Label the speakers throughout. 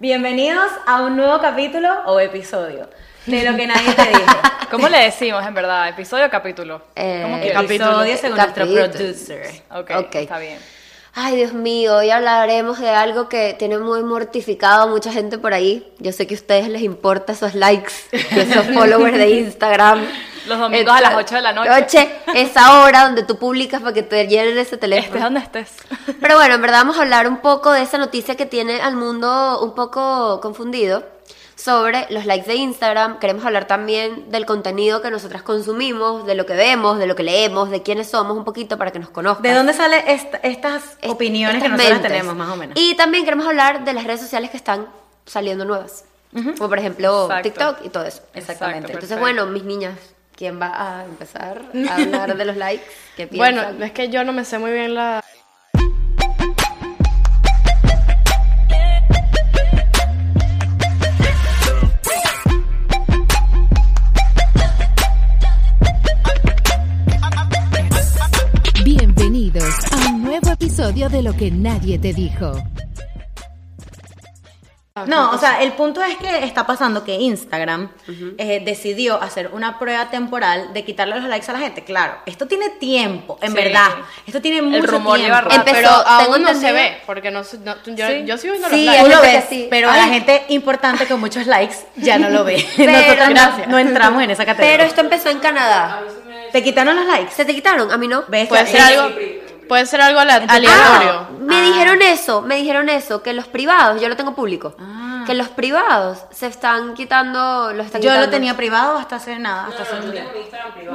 Speaker 1: Bienvenidos a un nuevo capítulo o episodio de lo que nadie te dijo.
Speaker 2: ¿Cómo le decimos en verdad? ¿Episodio o capítulo?
Speaker 3: Eh,
Speaker 2: ¿Cómo
Speaker 1: El
Speaker 2: quieres?
Speaker 4: capítulo.
Speaker 1: Episodio según nuestro
Speaker 3: Capítulo.
Speaker 1: producer.
Speaker 2: Ok,
Speaker 3: ok.
Speaker 2: está bien.
Speaker 3: Ay, Dios mío, hoy hablaremos de algo que tiene muy mortificado a mucha gente por ahí. Yo sé que a ustedes les importa esos likes, y esos followers de Instagram.
Speaker 2: Los domingos a las 8 de la noche.
Speaker 3: esa hora donde tú publicas para que te llenen ese
Speaker 2: Estés
Speaker 3: teléfono.
Speaker 2: Este donde estés.
Speaker 3: Pero bueno, en verdad vamos a hablar un poco de esa noticia que tiene al mundo un poco confundido sobre los likes de Instagram. Queremos hablar también del contenido que nosotras consumimos, de lo que vemos, de lo que leemos, de quiénes somos un poquito para que nos conozcan.
Speaker 1: ¿De dónde salen est- estas
Speaker 3: Est-
Speaker 1: opiniones
Speaker 3: estas
Speaker 1: que nosotros
Speaker 3: mentes.
Speaker 1: tenemos, más o menos?
Speaker 3: Y también queremos hablar de las redes sociales que están saliendo nuevas. Como por ejemplo
Speaker 2: Exacto.
Speaker 3: TikTok y todo eso.
Speaker 1: Exactamente.
Speaker 2: Exacto,
Speaker 3: Entonces,
Speaker 2: perfecto.
Speaker 3: bueno, mis niñas, ¿quién va a empezar a hablar de los likes? ¿Qué
Speaker 4: Bueno,
Speaker 3: piensan?
Speaker 4: es que yo no me sé muy bien la...
Speaker 5: Bienvenidos a un nuevo episodio de Lo que nadie te dijo.
Speaker 1: No, o sea, el punto es que está pasando que Instagram eh, decidió hacer una prueba temporal de quitarle los likes a la gente. Claro, esto tiene tiempo, en
Speaker 2: Sí.
Speaker 1: verdad. Esto tiene mucho tiempo.
Speaker 2: rumor lleva rato.
Speaker 3: Empezó,
Speaker 4: pero aún
Speaker 3: tengo
Speaker 4: no se
Speaker 3: entendido-
Speaker 4: ve, porque no, se- no- tú- yo,
Speaker 2: Sí.
Speaker 4: yo sigo viendo
Speaker 1: Sí, tú
Speaker 4: los likes.
Speaker 1: lo
Speaker 3: gente
Speaker 1: ves,
Speaker 3: que sí.
Speaker 1: pero la
Speaker 3: Ay.
Speaker 1: gente importante con muchos likes ya no lo ve. Nosotros no,
Speaker 3: Gracias.
Speaker 1: no entramos en esa categoría.
Speaker 3: Pero esto empezó en Canadá.
Speaker 1: ¿Te quitaron los likes?
Speaker 3: ¿Se te quitaron? A mí no.
Speaker 1: ¿Ves?
Speaker 4: Puede ser
Speaker 1: Es-
Speaker 4: algo, puede ser algo ala-
Speaker 1: Entonces-
Speaker 4: aleatorio.
Speaker 3: Ah, me dijeron eso, me dijeron eso, que los privados, yo lo tengo público,
Speaker 1: Ah.
Speaker 3: que los privados se están quitando, los están
Speaker 1: Yo lo
Speaker 3: quitando.
Speaker 1: tenía privado hasta hace nada. Hasta hace un día.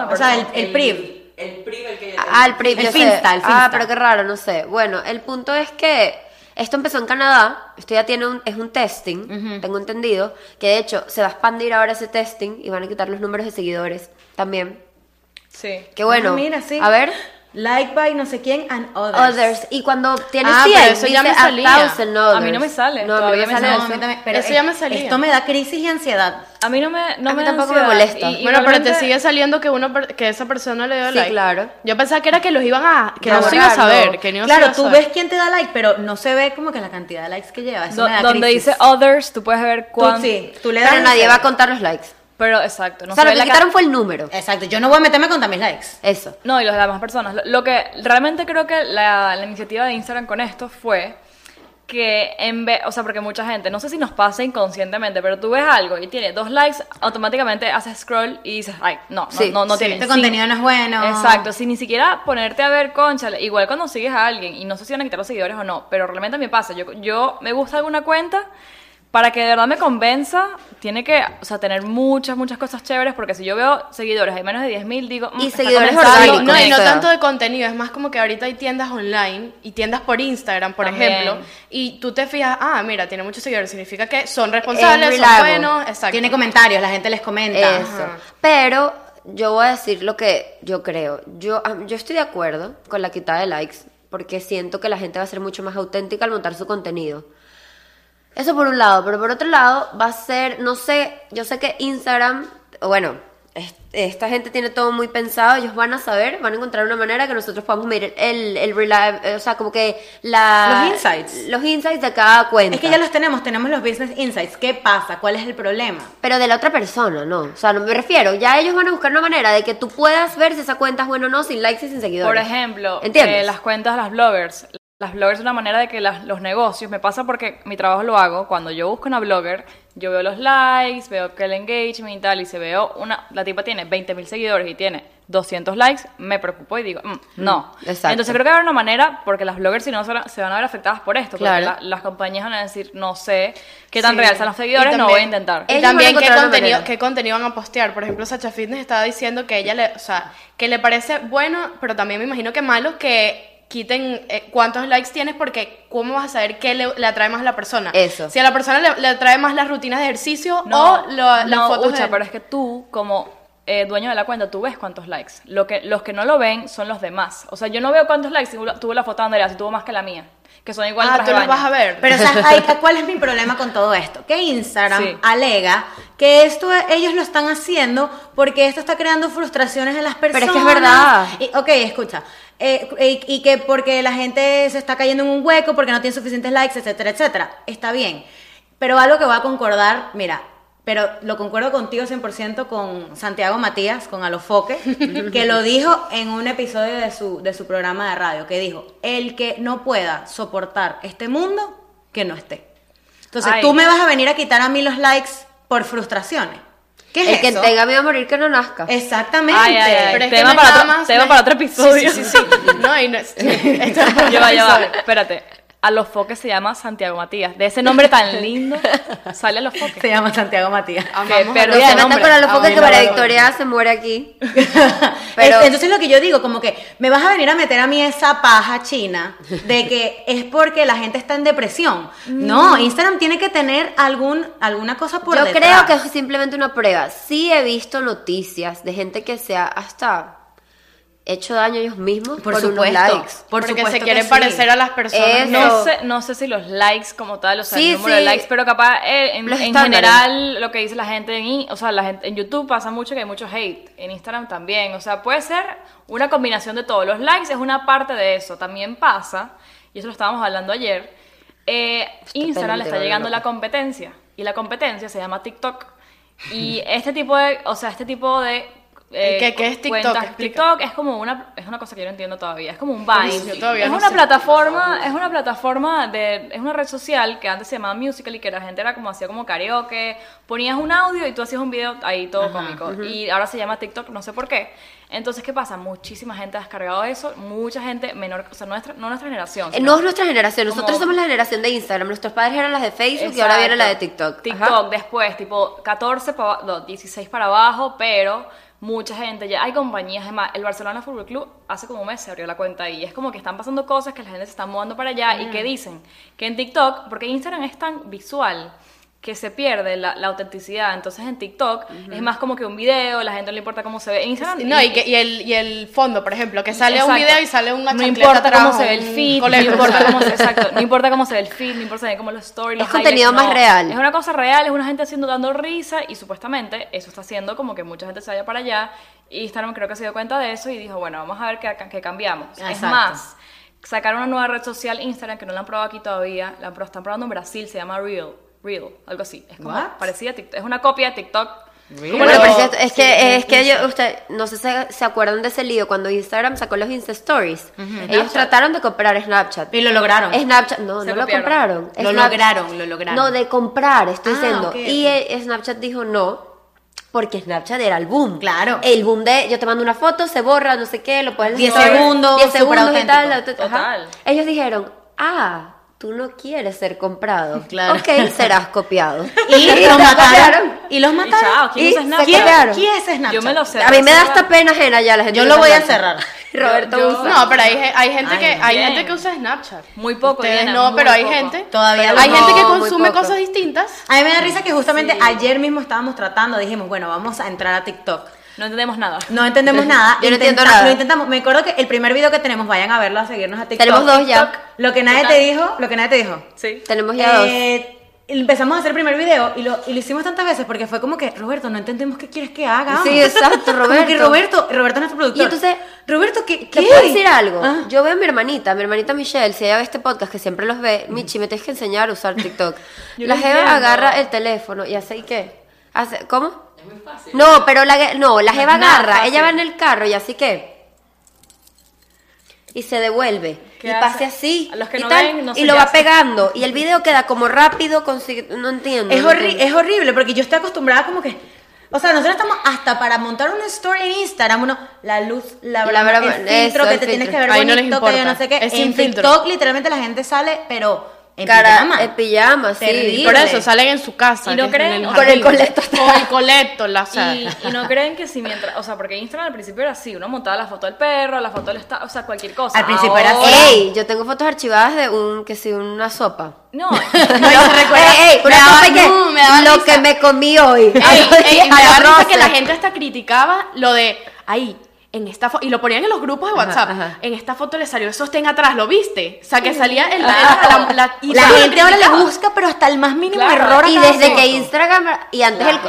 Speaker 1: o sea, el, el PRIV.
Speaker 3: Ah, el PRIP,
Speaker 1: El
Speaker 3: yo sé.
Speaker 1: Finsta, el Finsta.
Speaker 3: Ah, pero qué raro, no sé. Bueno, el punto es que esto empezó en Canadá, esto ya tiene un, es un testing, tengo entendido, que de hecho se va a expandir ahora ese testing y van a quitar los números de seguidores también.
Speaker 2: Sí.
Speaker 3: Qué bueno.
Speaker 1: Ah, mira, sí.
Speaker 3: A ver.
Speaker 1: Like by no sé quién and others.
Speaker 3: Others. Y cuando tienes
Speaker 4: Ah,
Speaker 3: 100,
Speaker 4: pero eso ya
Speaker 3: dice
Speaker 4: me
Speaker 3: a
Speaker 4: salía.
Speaker 3: thousand
Speaker 2: A mí no me
Speaker 3: others.
Speaker 2: sale,
Speaker 3: No, a mí
Speaker 2: todavía
Speaker 3: no me
Speaker 2: me
Speaker 3: sale
Speaker 1: No,
Speaker 2: sale.
Speaker 1: a mí
Speaker 3: eso.
Speaker 1: también, pero
Speaker 4: Eso ya
Speaker 1: es-
Speaker 4: me salía.
Speaker 1: Esto me da crisis y ansiedad.
Speaker 2: A mí no me no
Speaker 3: A mí
Speaker 2: me da
Speaker 3: tampoco me
Speaker 2: ansiedad.
Speaker 3: molesta.
Speaker 2: Y- y
Speaker 4: Bueno, pero te
Speaker 2: realmente-
Speaker 4: sigue saliendo que uno per- que esa persona le dio
Speaker 3: Sí,
Speaker 4: like.
Speaker 3: claro.
Speaker 4: Yo pensaba que era que los iban a que
Speaker 3: Ya
Speaker 4: no, se iba a
Speaker 3: borrarlo.
Speaker 4: saber, que no se iba
Speaker 1: claro,
Speaker 4: a
Speaker 1: tú
Speaker 4: saber.
Speaker 1: ves quién te da like, pero no se ve como que la cantidad de likes que lleva. Eso
Speaker 2: Do-
Speaker 1: me da
Speaker 2: donde
Speaker 1: crisis.
Speaker 2: dice "Oh, others, tú puedes ver
Speaker 1: Tú
Speaker 2: cuánto.
Speaker 1: sí, tú le das.
Speaker 3: Pero
Speaker 1: y
Speaker 3: nadie
Speaker 1: se
Speaker 3: va a
Speaker 1: ve.
Speaker 3: contar los likes.
Speaker 2: Pero exacto. No
Speaker 3: o sea, lo
Speaker 2: se ve
Speaker 3: que
Speaker 2: la ca-
Speaker 3: quitaron fue el número.
Speaker 1: Exacto, yo no voy a meterme con mis likes.
Speaker 3: Eso.
Speaker 2: No, y las demás personas. Lo- Lo que realmente creo que la, la iniciativa de Instagram con esto fue que en vez, o sea, porque mucha gente, no sé si nos pasa inconscientemente, pero tú ves algo y tiene dos likes, automáticamente haces scroll y dices, ay, no, no,
Speaker 3: Sí,
Speaker 2: no, no
Speaker 3: sí.
Speaker 2: tiene.
Speaker 1: Este
Speaker 2: Sin-
Speaker 1: contenido no es bueno.
Speaker 2: Exacto, sin ni siquiera ponerte a ver concha, igual cuando sigues a alguien, y no sé si van a quitar los seguidores o no, pero realmente me pasa, yo, yo me gusta alguna cuenta, para que de verdad me convenza, tiene que, o sea, tener muchas, muchas cosas chéveres, porque si yo veo seguidores de menos de 10.000, digo... mm,
Speaker 3: Y
Speaker 2: está
Speaker 3: seguidores
Speaker 2: comenzando,
Speaker 3: orgánicos,
Speaker 4: No, y no
Speaker 3: Eso.
Speaker 4: tanto de contenido, es más como que ahorita hay tiendas online y tiendas por Instagram, por
Speaker 2: También.
Speaker 4: ejemplo, y tú te fijas, ah, mira, tiene muchos seguidores, significa que son responsables, son
Speaker 3: reliable.
Speaker 4: buenos, exacto.
Speaker 1: Tiene comentarios, la gente les comenta.
Speaker 3: Eso. Pero yo voy a decir lo que yo creo. Yo, am- yo estoy de acuerdo con la quitada de likes porque siento que la gente va a ser mucho más auténtica al montar su contenido. Eso por un lado, pero por otro lado va a ser, no sé, yo sé que Instagram, o bueno, es- esta gente tiene todo muy pensado, ellos van a saber, van a encontrar una manera que nosotros podamos medir el, el reliable, eh, o sea, como que la...
Speaker 1: Los insights.
Speaker 3: Los insights de cada cuenta.
Speaker 1: Es que ya los tenemos, tenemos los business insights. ¿Qué pasa? ¿Cuál es el problema?
Speaker 3: Pero de la otra persona, no. O sea, no me refiero. Ya ellos van a buscar una manera de que tú puedas ver si esa cuenta es buena o no, sin likes y sin seguidores.
Speaker 2: Por ejemplo,
Speaker 3: ¿Entiendes?
Speaker 2: eh, las cuentas de las bloggers. Las bloggers es una manera de que las- los negocios, me pasa porque mi trabajo lo hago, cuando yo busco una blogger, yo veo los likes, veo que el engagement y tal, y si veo una, la tipa tiene 20.000 seguidores y tiene 200 likes, me preocupo y digo, "Mm, no.
Speaker 3: exacto.
Speaker 2: Entonces creo que habrá una manera, porque las bloggers si no se van a- se van a ver afectadas por esto, porque
Speaker 3: Claro.
Speaker 2: la- las compañías van a decir, no sé qué tan
Speaker 4: Sí.
Speaker 2: real son los
Speaker 4: Y
Speaker 2: seguidores,
Speaker 4: también-
Speaker 2: no voy a intentar.
Speaker 4: Y
Speaker 3: Ellos
Speaker 4: también
Speaker 3: van a
Speaker 4: qué
Speaker 3: encontrar una
Speaker 4: contenido,
Speaker 3: manera.
Speaker 4: qué contenido van a postear. Por ejemplo, Sacha Fitness estaba diciendo que ella le, o sea, que le parece bueno, pero también me imagino que malo que quiten eh, cuántos likes tienes porque cómo vas a saber qué le, le atrae más a la persona.
Speaker 3: Eso.
Speaker 4: Si a la persona le, le atrae más las rutinas de ejercicio o lo- las
Speaker 2: no,
Speaker 4: fotos
Speaker 2: Ucha,
Speaker 4: de-
Speaker 2: pero es que tú, como eh, dueño de la cuenta, tú ves cuántos likes. Lo que, los que no lo ven son los demás. O sea, yo no veo cuántos likes tuvo la- tuvo la foto de Andrea, si tuvo más que la mía. Que son igual
Speaker 4: Ah,
Speaker 2: tras
Speaker 4: tú
Speaker 2: de
Speaker 4: los
Speaker 2: baño.
Speaker 4: vas a ver.
Speaker 1: Pero, o sea, hay- ¿cuál es mi problema con todo esto? Que Instagram
Speaker 2: Sí.
Speaker 1: alega que esto ellos lo están haciendo porque esto está creando frustraciones en las
Speaker 3: es
Speaker 1: personas.
Speaker 3: que es verdad.
Speaker 1: Y, ok, escucha. Eh, y, y que porque la gente se está cayendo en un hueco, porque no tiene suficientes likes, etcétera, etcétera. Está bien. Pero algo que voy a concordar, mira, pero lo concuerdo contigo 100% con Santiago Matías, con Alofoque, que lo dijo en un episodio de su, de su programa de radio, que dijo, el que no pueda soportar este mundo, que no esté. Entonces,
Speaker 2: Ay.
Speaker 1: tú me vas a venir a quitar a mí los likes por frustraciones. ¿Qué es
Speaker 3: El que
Speaker 1: eso?
Speaker 3: tenga miedo a morir que no nazca.
Speaker 1: Exactamente.
Speaker 2: Ay, ay, ay.
Speaker 4: Pero es que
Speaker 2: Tema
Speaker 4: no es
Speaker 2: para
Speaker 4: nada
Speaker 2: otro-
Speaker 4: más-
Speaker 2: tema
Speaker 4: no es-
Speaker 2: para otro episodio.
Speaker 4: Sí, sí, sí. sí. No, y no es. esto es otro
Speaker 2: Ya va, ya va,
Speaker 4: episodio.
Speaker 2: espérate. A los foques se llama Santiago Matías. De ese nombre tan lindo, sale a los foques.
Speaker 1: Se llama Santiago Matías.
Speaker 2: Que
Speaker 4: Amamos a
Speaker 3: Pero
Speaker 2: perdí
Speaker 3: me
Speaker 2: el
Speaker 3: encanta
Speaker 2: nombre. Ah,
Speaker 3: para los
Speaker 2: A
Speaker 3: pocos
Speaker 2: mí
Speaker 3: que
Speaker 2: no
Speaker 3: María
Speaker 2: lo-
Speaker 3: Victoria se muere aquí. Pero-
Speaker 1: Pero... Entonces lo que yo digo, como que me vas a venir a meter a mí esa paja china de que es porque la gente está en depresión. No, Instagram tiene que tener algún, alguna cosa por
Speaker 3: Yo
Speaker 1: detrás.
Speaker 3: creo que es simplemente una prueba. Sí he visto noticias de gente que se ha hasta hecho daño ellos mismos por,
Speaker 1: por, supuesto,
Speaker 3: unos likes.
Speaker 1: por
Speaker 4: Porque
Speaker 1: supuesto
Speaker 4: se
Speaker 1: que
Speaker 4: quieren
Speaker 1: sí.
Speaker 4: parecer a las personas.
Speaker 3: Es-
Speaker 4: ¿no?
Speaker 2: No sé, no sé si los likes como tal, o sea,
Speaker 3: Sí,
Speaker 2: el número
Speaker 3: sí.
Speaker 2: de likes, pero capaz eh, en,
Speaker 3: Los
Speaker 2: en
Speaker 3: estándares.
Speaker 2: general lo que dice la gente en, in- o sea, la gente, en YouTube pasa mucho que hay mucho hate, en Instagram también, o sea, puede ser una combinación de todo. Los likes es una parte de eso, también pasa, y eso lo estábamos hablando ayer, eh, Instagram
Speaker 3: pendiente,
Speaker 2: le está
Speaker 3: vale,
Speaker 2: llegando
Speaker 3: loco.
Speaker 2: la competencia, y la competencia se llama TikTok, y este tipo de, o sea, este tipo de... eh,
Speaker 4: ¿Qué- qué es TikTok?
Speaker 2: cuentas-
Speaker 4: Explica.
Speaker 2: TikTok es como una es una cosa que yo no entiendo todavía, es como un Vine.
Speaker 4: Yo todavía
Speaker 2: es
Speaker 4: no
Speaker 2: una
Speaker 4: sé.
Speaker 2: plataforma, es una plataforma de es una red social que antes se llamaba Musical.ly que la gente era como hacía como karaoke, ponías un audio y tú hacías un video ahí todo cómico y ahora se llama TikTok, no sé por qué. Entonces, ¿qué pasa? Muchísima gente ha descargado eso, mucha gente menor, o sea, nuestra no nuestra generación.
Speaker 3: Eh,
Speaker 2: sino-
Speaker 3: No es nuestra generación, nosotros
Speaker 2: Como-
Speaker 3: somos la generación de Instagram, nuestros padres eran las de Facebook y ahora viene la de
Speaker 2: Exacto.
Speaker 3: TikTok.
Speaker 2: TikTok
Speaker 3: Ajá.
Speaker 2: después, tipo 14, pa- no, 16 para abajo, pero mucha gente ya, hay compañías, además, el Barcelona Fútbol Club hace como un mes se abrió la cuenta y es como que están pasando cosas que la gente se está mudando para allá y
Speaker 3: Mm.
Speaker 2: que dicen que en TikTok, porque Instagram es tan visual que se pierde la, la autenticidad, entonces en TikTok es más como que un video, la gente no le importa cómo se ve, en Instagram
Speaker 4: No, y, que, y, el, y el fondo, por ejemplo, que sale un
Speaker 2: Exacto.
Speaker 4: video y sale una
Speaker 2: No
Speaker 4: chancleta
Speaker 2: importa
Speaker 4: atrás,
Speaker 2: cómo se ve el
Speaker 4: un
Speaker 2: feed, no
Speaker 4: colegio.
Speaker 2: importa cómo se, exacto, no importa cómo se ve el feed, no importa cómo los stories, los
Speaker 3: Es contenido más
Speaker 2: highlights, no.
Speaker 3: real.
Speaker 2: Es una cosa real, es una gente haciendo dando risa y supuestamente eso está haciendo como que mucha gente se vaya para allá y Instagram creo que se dio cuenta de eso y dijo, bueno, vamos a ver qué, qué cambiamos. Es
Speaker 1: Exacto.
Speaker 2: más, sacaron una nueva red social Instagram que no la han probado aquí todavía, la han pro- están probando en Brasil, se llama Real, Real, algo así. Es como
Speaker 1: What?
Speaker 2: parecida a TikTok, es una copia de TikTok.
Speaker 3: Bueno,
Speaker 2: Pero-
Speaker 3: pero es- es que, es que yo- usted, no sé si se acuerdan de ese lío cuando Instagram sacó los Insta Stories. Ellos trataron de comprar Snapchat.
Speaker 1: Y lo lograron.
Speaker 3: Snapchat, no,
Speaker 2: Se
Speaker 3: no lo
Speaker 2: copiaron.
Speaker 3: compraron.
Speaker 1: Lo
Speaker 3: Snap-
Speaker 1: lograron, lo lograron.
Speaker 3: No, de comprar, estoy
Speaker 1: Ah,
Speaker 3: diciendo.
Speaker 1: ok,
Speaker 3: Y eh, Snapchat dijo no, porque Snapchat era el boom.
Speaker 1: Claro.
Speaker 3: El boom de yo te mando una foto, se borra, no sé qué, lo puedes...
Speaker 1: 10
Speaker 3: stories,
Speaker 1: segundos,
Speaker 3: 10 segundos y
Speaker 1: superauténtico.
Speaker 3: tal. la- ajá.
Speaker 2: Total.
Speaker 3: Ellos dijeron, ah, tú no quieres ser comprado.
Speaker 1: Claro.
Speaker 3: Ok, serás copiado.
Speaker 1: Y los
Speaker 3: te
Speaker 1: mataron.
Speaker 3: copiaron.
Speaker 1: Y los
Speaker 2: Y chao,
Speaker 1: mataron.
Speaker 2: ¿quién
Speaker 3: Y
Speaker 2: usa
Speaker 3: se
Speaker 2: Snapchat?
Speaker 1: ¿Quién,
Speaker 3: copiaron.
Speaker 1: quién es Snapchat?
Speaker 2: Yo me lo sé.
Speaker 3: A mí me da
Speaker 2: cerrar.
Speaker 3: hasta pena ajena ya la gente.
Speaker 1: Yo
Speaker 3: que
Speaker 1: lo
Speaker 3: usa
Speaker 1: voy a
Speaker 3: Snapchat.
Speaker 1: cerrar.
Speaker 3: Roberto
Speaker 2: Yo-
Speaker 3: usa.
Speaker 4: No, pero hay, ge- hay gente
Speaker 1: Ay,
Speaker 4: que hay
Speaker 2: bien.
Speaker 4: gente que usa Snapchat.
Speaker 2: Muy poco,
Speaker 4: Ustedes
Speaker 2: Diana,
Speaker 4: no,
Speaker 2: muy
Speaker 4: pero hay
Speaker 2: poco.
Speaker 4: gente.
Speaker 1: Todavía
Speaker 4: hay
Speaker 1: no,
Speaker 4: gente que
Speaker 3: muy
Speaker 4: consume
Speaker 3: poco.
Speaker 4: cosas distintas.
Speaker 1: A mí me da risa que justamente ayer mismo estábamos tratando, dijimos, bueno, vamos a entrar a TikTok.
Speaker 2: No entendemos nada.
Speaker 1: No entendemos nada.
Speaker 3: Yo no entiendo
Speaker 1: Intenta-
Speaker 3: nada.
Speaker 1: Lo intentamos. Me acuerdo que el primer video que tenemos, vayan a verlo, a seguirnos a TikTok.
Speaker 3: Tenemos dos ya.
Speaker 1: TikTok, Lo que nadie te dijo, lo que nadie te dijo.
Speaker 2: Sí.
Speaker 3: Tenemos ya dos.
Speaker 1: Eh, Empezamos a hacer el primer video y lo, y lo hicimos tantas veces porque fue como que, Roberto, no entendemos qué quieres que haga.
Speaker 3: Sí, exacto,
Speaker 1: Como que
Speaker 3: Roberto.
Speaker 1: Roberto, Roberto es nuestro productor.
Speaker 3: Y entonces,
Speaker 1: Roberto, ¿qué?
Speaker 3: ¿Te
Speaker 1: qué?
Speaker 3: puedo decir algo?
Speaker 1: Ah.
Speaker 3: Yo veo a mi hermanita, mi hermanita Michelle, si ella ve este podcast que siempre los ve,
Speaker 2: Mm.
Speaker 3: Michi, me tienes que enseñar a usar TikTok. la Jeva agarra el teléfono y hace, ¿y qué? Hace, ¿Cómo? Es muy fácil. No, pero la, no, la Jeva
Speaker 2: nada
Speaker 3: agarra,
Speaker 2: fácil.
Speaker 3: ella va en el carro y así, ¿qué? Y se devuelve.
Speaker 2: ¿Qué
Speaker 3: Y
Speaker 2: hace?
Speaker 3: pase así.
Speaker 2: A los que
Speaker 3: y
Speaker 2: no
Speaker 3: tal,
Speaker 2: ven, no
Speaker 3: y
Speaker 2: sé
Speaker 3: lo
Speaker 2: qué
Speaker 3: va
Speaker 2: hace.
Speaker 3: pegando. Y el video queda como rápido, consigue- no entiendo.
Speaker 1: Es,
Speaker 3: no
Speaker 1: horri-
Speaker 3: entiendo.
Speaker 1: es horrible porque yo estoy acostumbrada como que... O sea, nosotros estamos hasta para montar una story en Instagram, uno, la luz, la,
Speaker 3: La
Speaker 1: broma,
Speaker 3: broma,
Speaker 1: el
Speaker 3: eso,
Speaker 1: filtro que
Speaker 3: el
Speaker 1: te tienes que ver
Speaker 3: filtro.
Speaker 4: Ahí
Speaker 1: bonito,
Speaker 4: no les
Speaker 1: que yo
Speaker 4: importa.
Speaker 1: no sé qué.
Speaker 4: Es
Speaker 1: en
Speaker 4: sin filtro.
Speaker 1: TikTok literalmente la gente sale, pero en
Speaker 3: Cara,
Speaker 1: pijama.
Speaker 3: en pijama, sí.
Speaker 1: Terrible.
Speaker 4: Por eso salen en su casa.
Speaker 2: Y no
Speaker 4: que están
Speaker 2: creen-
Speaker 4: en
Speaker 2: Con
Speaker 3: el
Speaker 4: jardín.
Speaker 3: colecto atrás.
Speaker 4: Con el colecto, la o sea,
Speaker 2: Y, y no creen que si mientras, o sea, porque Instagram al principio era así, uno montaba la foto del perro, la foto del estado, o sea, cualquier cosa.
Speaker 1: Al principio era
Speaker 2: Ahora-
Speaker 1: así.
Speaker 3: Oh. Ey, yo tengo fotos archivadas de un, que sí, una sopa.
Speaker 2: No,
Speaker 3: No, ey, ey,
Speaker 4: me
Speaker 3: una
Speaker 4: daba-
Speaker 3: sopa que-
Speaker 4: no, me daba
Speaker 3: lo
Speaker 4: risa.
Speaker 3: que me comí hoy.
Speaker 4: Ey, ey, y me
Speaker 3: Ay,
Speaker 4: da risa
Speaker 3: arroz.
Speaker 4: que la gente hasta criticaba lo de ahí en esta foto y lo ponían en los grupos de WhatsApp.
Speaker 3: ajá.
Speaker 4: En esta foto le salió el sostén atrás, ¿lo viste? O sea, que salía el,
Speaker 3: Ah.
Speaker 4: la, la- y
Speaker 1: la
Speaker 4: todo lo
Speaker 1: gente ahora le
Speaker 4: criticaba.
Speaker 1: busca, pero hasta el más mínimo
Speaker 2: Claro.
Speaker 1: error. a
Speaker 3: Y
Speaker 1: cada
Speaker 3: desde
Speaker 1: foto.
Speaker 3: que Instagram y antes el,